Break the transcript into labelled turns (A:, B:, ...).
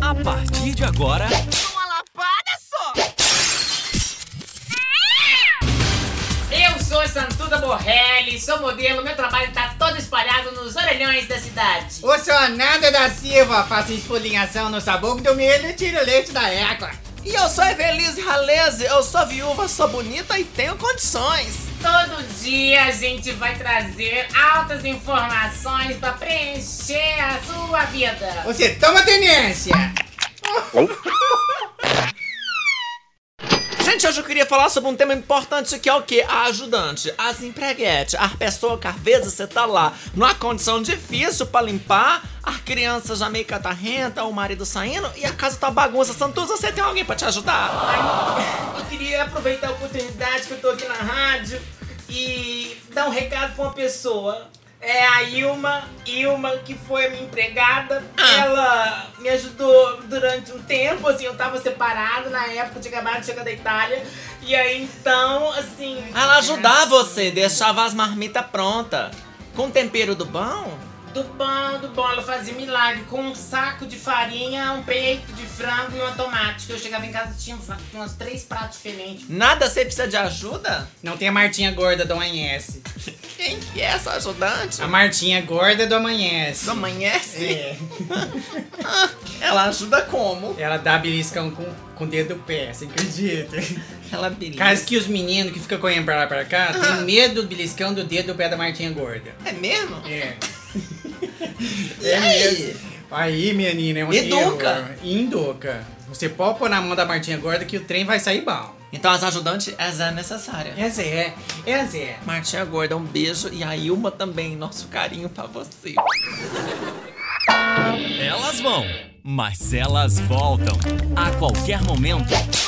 A: A partir de agora,
B: Uma lapada só!
C: Eu sou Santuda Borrelli, sou modelo, meu trabalho tá todo espalhado nos orelhões da cidade.
B: O Sonada da Silva faz esfolinhação no sabugo do milho e tira o leite da égua.
D: E eu sou Evelise Raleze, eu sou viúva, sou bonita e tenho condições.
C: Todo dia a gente vai trazer altas informações pra preencher a sua vida.
B: Você toma tenência!
D: Gente, hoje eu queria falar sobre um tema importante que é o quê? A ajudante, as empreguetes, a pessoa que às vezes você tá lá numa condição difícil pra limpar, a criança já meio catarrenta, o marido saindo e a casa tá bagunça. Santuza, você tem alguém pra te ajudar?
C: Eu queria aproveitar a oportunidade que eu tô aqui na rádio e dar um recado pra uma pessoa. É a Ilma, Ilma, que foi a minha empregada. Ela me ajudou durante um tempo, assim, eu tava separado na época, tinha acabado de chegar da Itália. E aí então, assim.
D: Ela ajudar você, deixava as marmitas prontas. Com tempero do bom?
C: Do bom, do bom, ela fazia milagre com um saco de farinha, um peito de frango e uma tomate. Que eu chegava em casa e tinha uns- umas três pratos diferentes.
D: Nada, você precisa de ajuda?
B: Não tem a Martinha gorda do amanhece.
D: Quem que é essa ajudante?
B: A Martinha gorda do amanhece.
D: Amanhece?
B: É.
D: Ah, Ela ajuda como?
B: Ela dá beliscão com, com o dedo do pé, você acredita?
D: Ela belisca.
B: Caso que os meninos que ficam correndo pra lá e pra cá
D: Ah.
B: tem medo do beliscão do dedo do pé da Martinha gorda.
D: É mesmo?
B: É.
D: E aí?
B: Aí, menina, é um
D: Educa.
B: erro. Induca. Você pode pôr na mão da Martinha gorda que o trem vai sair bom.
D: Então as ajudantes, essa é necessária.
B: Essa é, essa é.
D: Martinha Gorda, um beijo e a Ilma também, nosso carinho pra você.
A: elas vão, mas elas voltam. A qualquer momento,